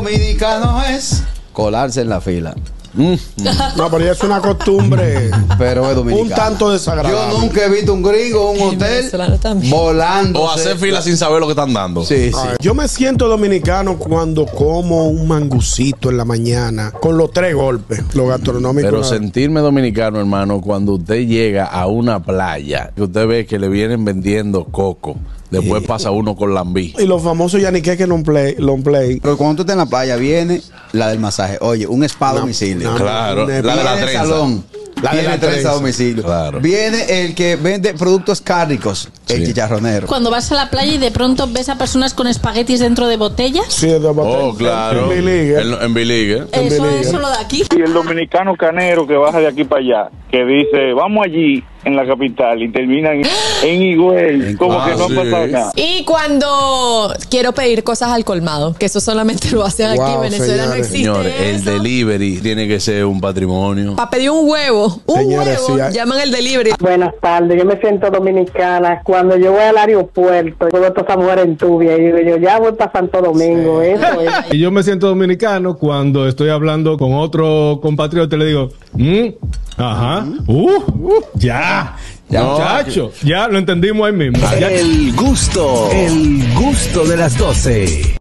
dominicano es colarse en la fila. No, pero ya es una costumbre Pero es dominicano. un tanto desagradable. Yo nunca he visto un gringo en un El hotel venezolano también. volando. O hacer fila sin saber lo que están dando. Sí, sí. Yo me siento dominicano cuando como un mangucito en la mañana con los tres golpes, los gastronómicos. Pero nada. sentirme dominicano, hermano, cuando usted llega a una playa, que usted ve que le vienen vendiendo coco, después pasa uno con lambí. y los famosos yanique que no play, long play. Pero cuando tú estás en la playa, viene la del masaje. Oye, un spa a domicilio. no, Claro, de- la de Viene la el trenza. salón. La de Viene la trenza trenza. a domicilio. Claro. Viene el que vende productos cárnicos, el Sí. chicharronero. Cuando vas a la playa y de pronto ves a personas con espaguetis dentro de botellas. Sí, de Oh, botella. claro. En mi liga. En, en B-League. Eh, En Eso Belén. es solo de aquí. Y el dominicano canero que baja de aquí para allá, que dice, vamos allí en la capital y termina en, en Higüey, como que no ha sí. pasado nada. Y cuando quiero pedir cosas al colmado, que eso solamente lo hacen aquí en Wow, Venezuela, no señores. existe. Señores, el eso. delivery tiene que ser un patrimonio. Para pedir un huevo, un Señores, huevo, sí, hay- llaman el delivery. Buenas tardes, yo me siento dominicana. Cuando yo voy al aeropuerto, yo veo a toda esa mujer en tubia y digo yo, ya voy para Santo Domingo, eso es. Y yo me siento dominicano cuando estoy hablando con otro compatriota y le digo, "Mm, ajá, uh, ya, Ya, muchacho, ya lo entendimos ahí mismo. Ya- El gusto, el gusto de las 12.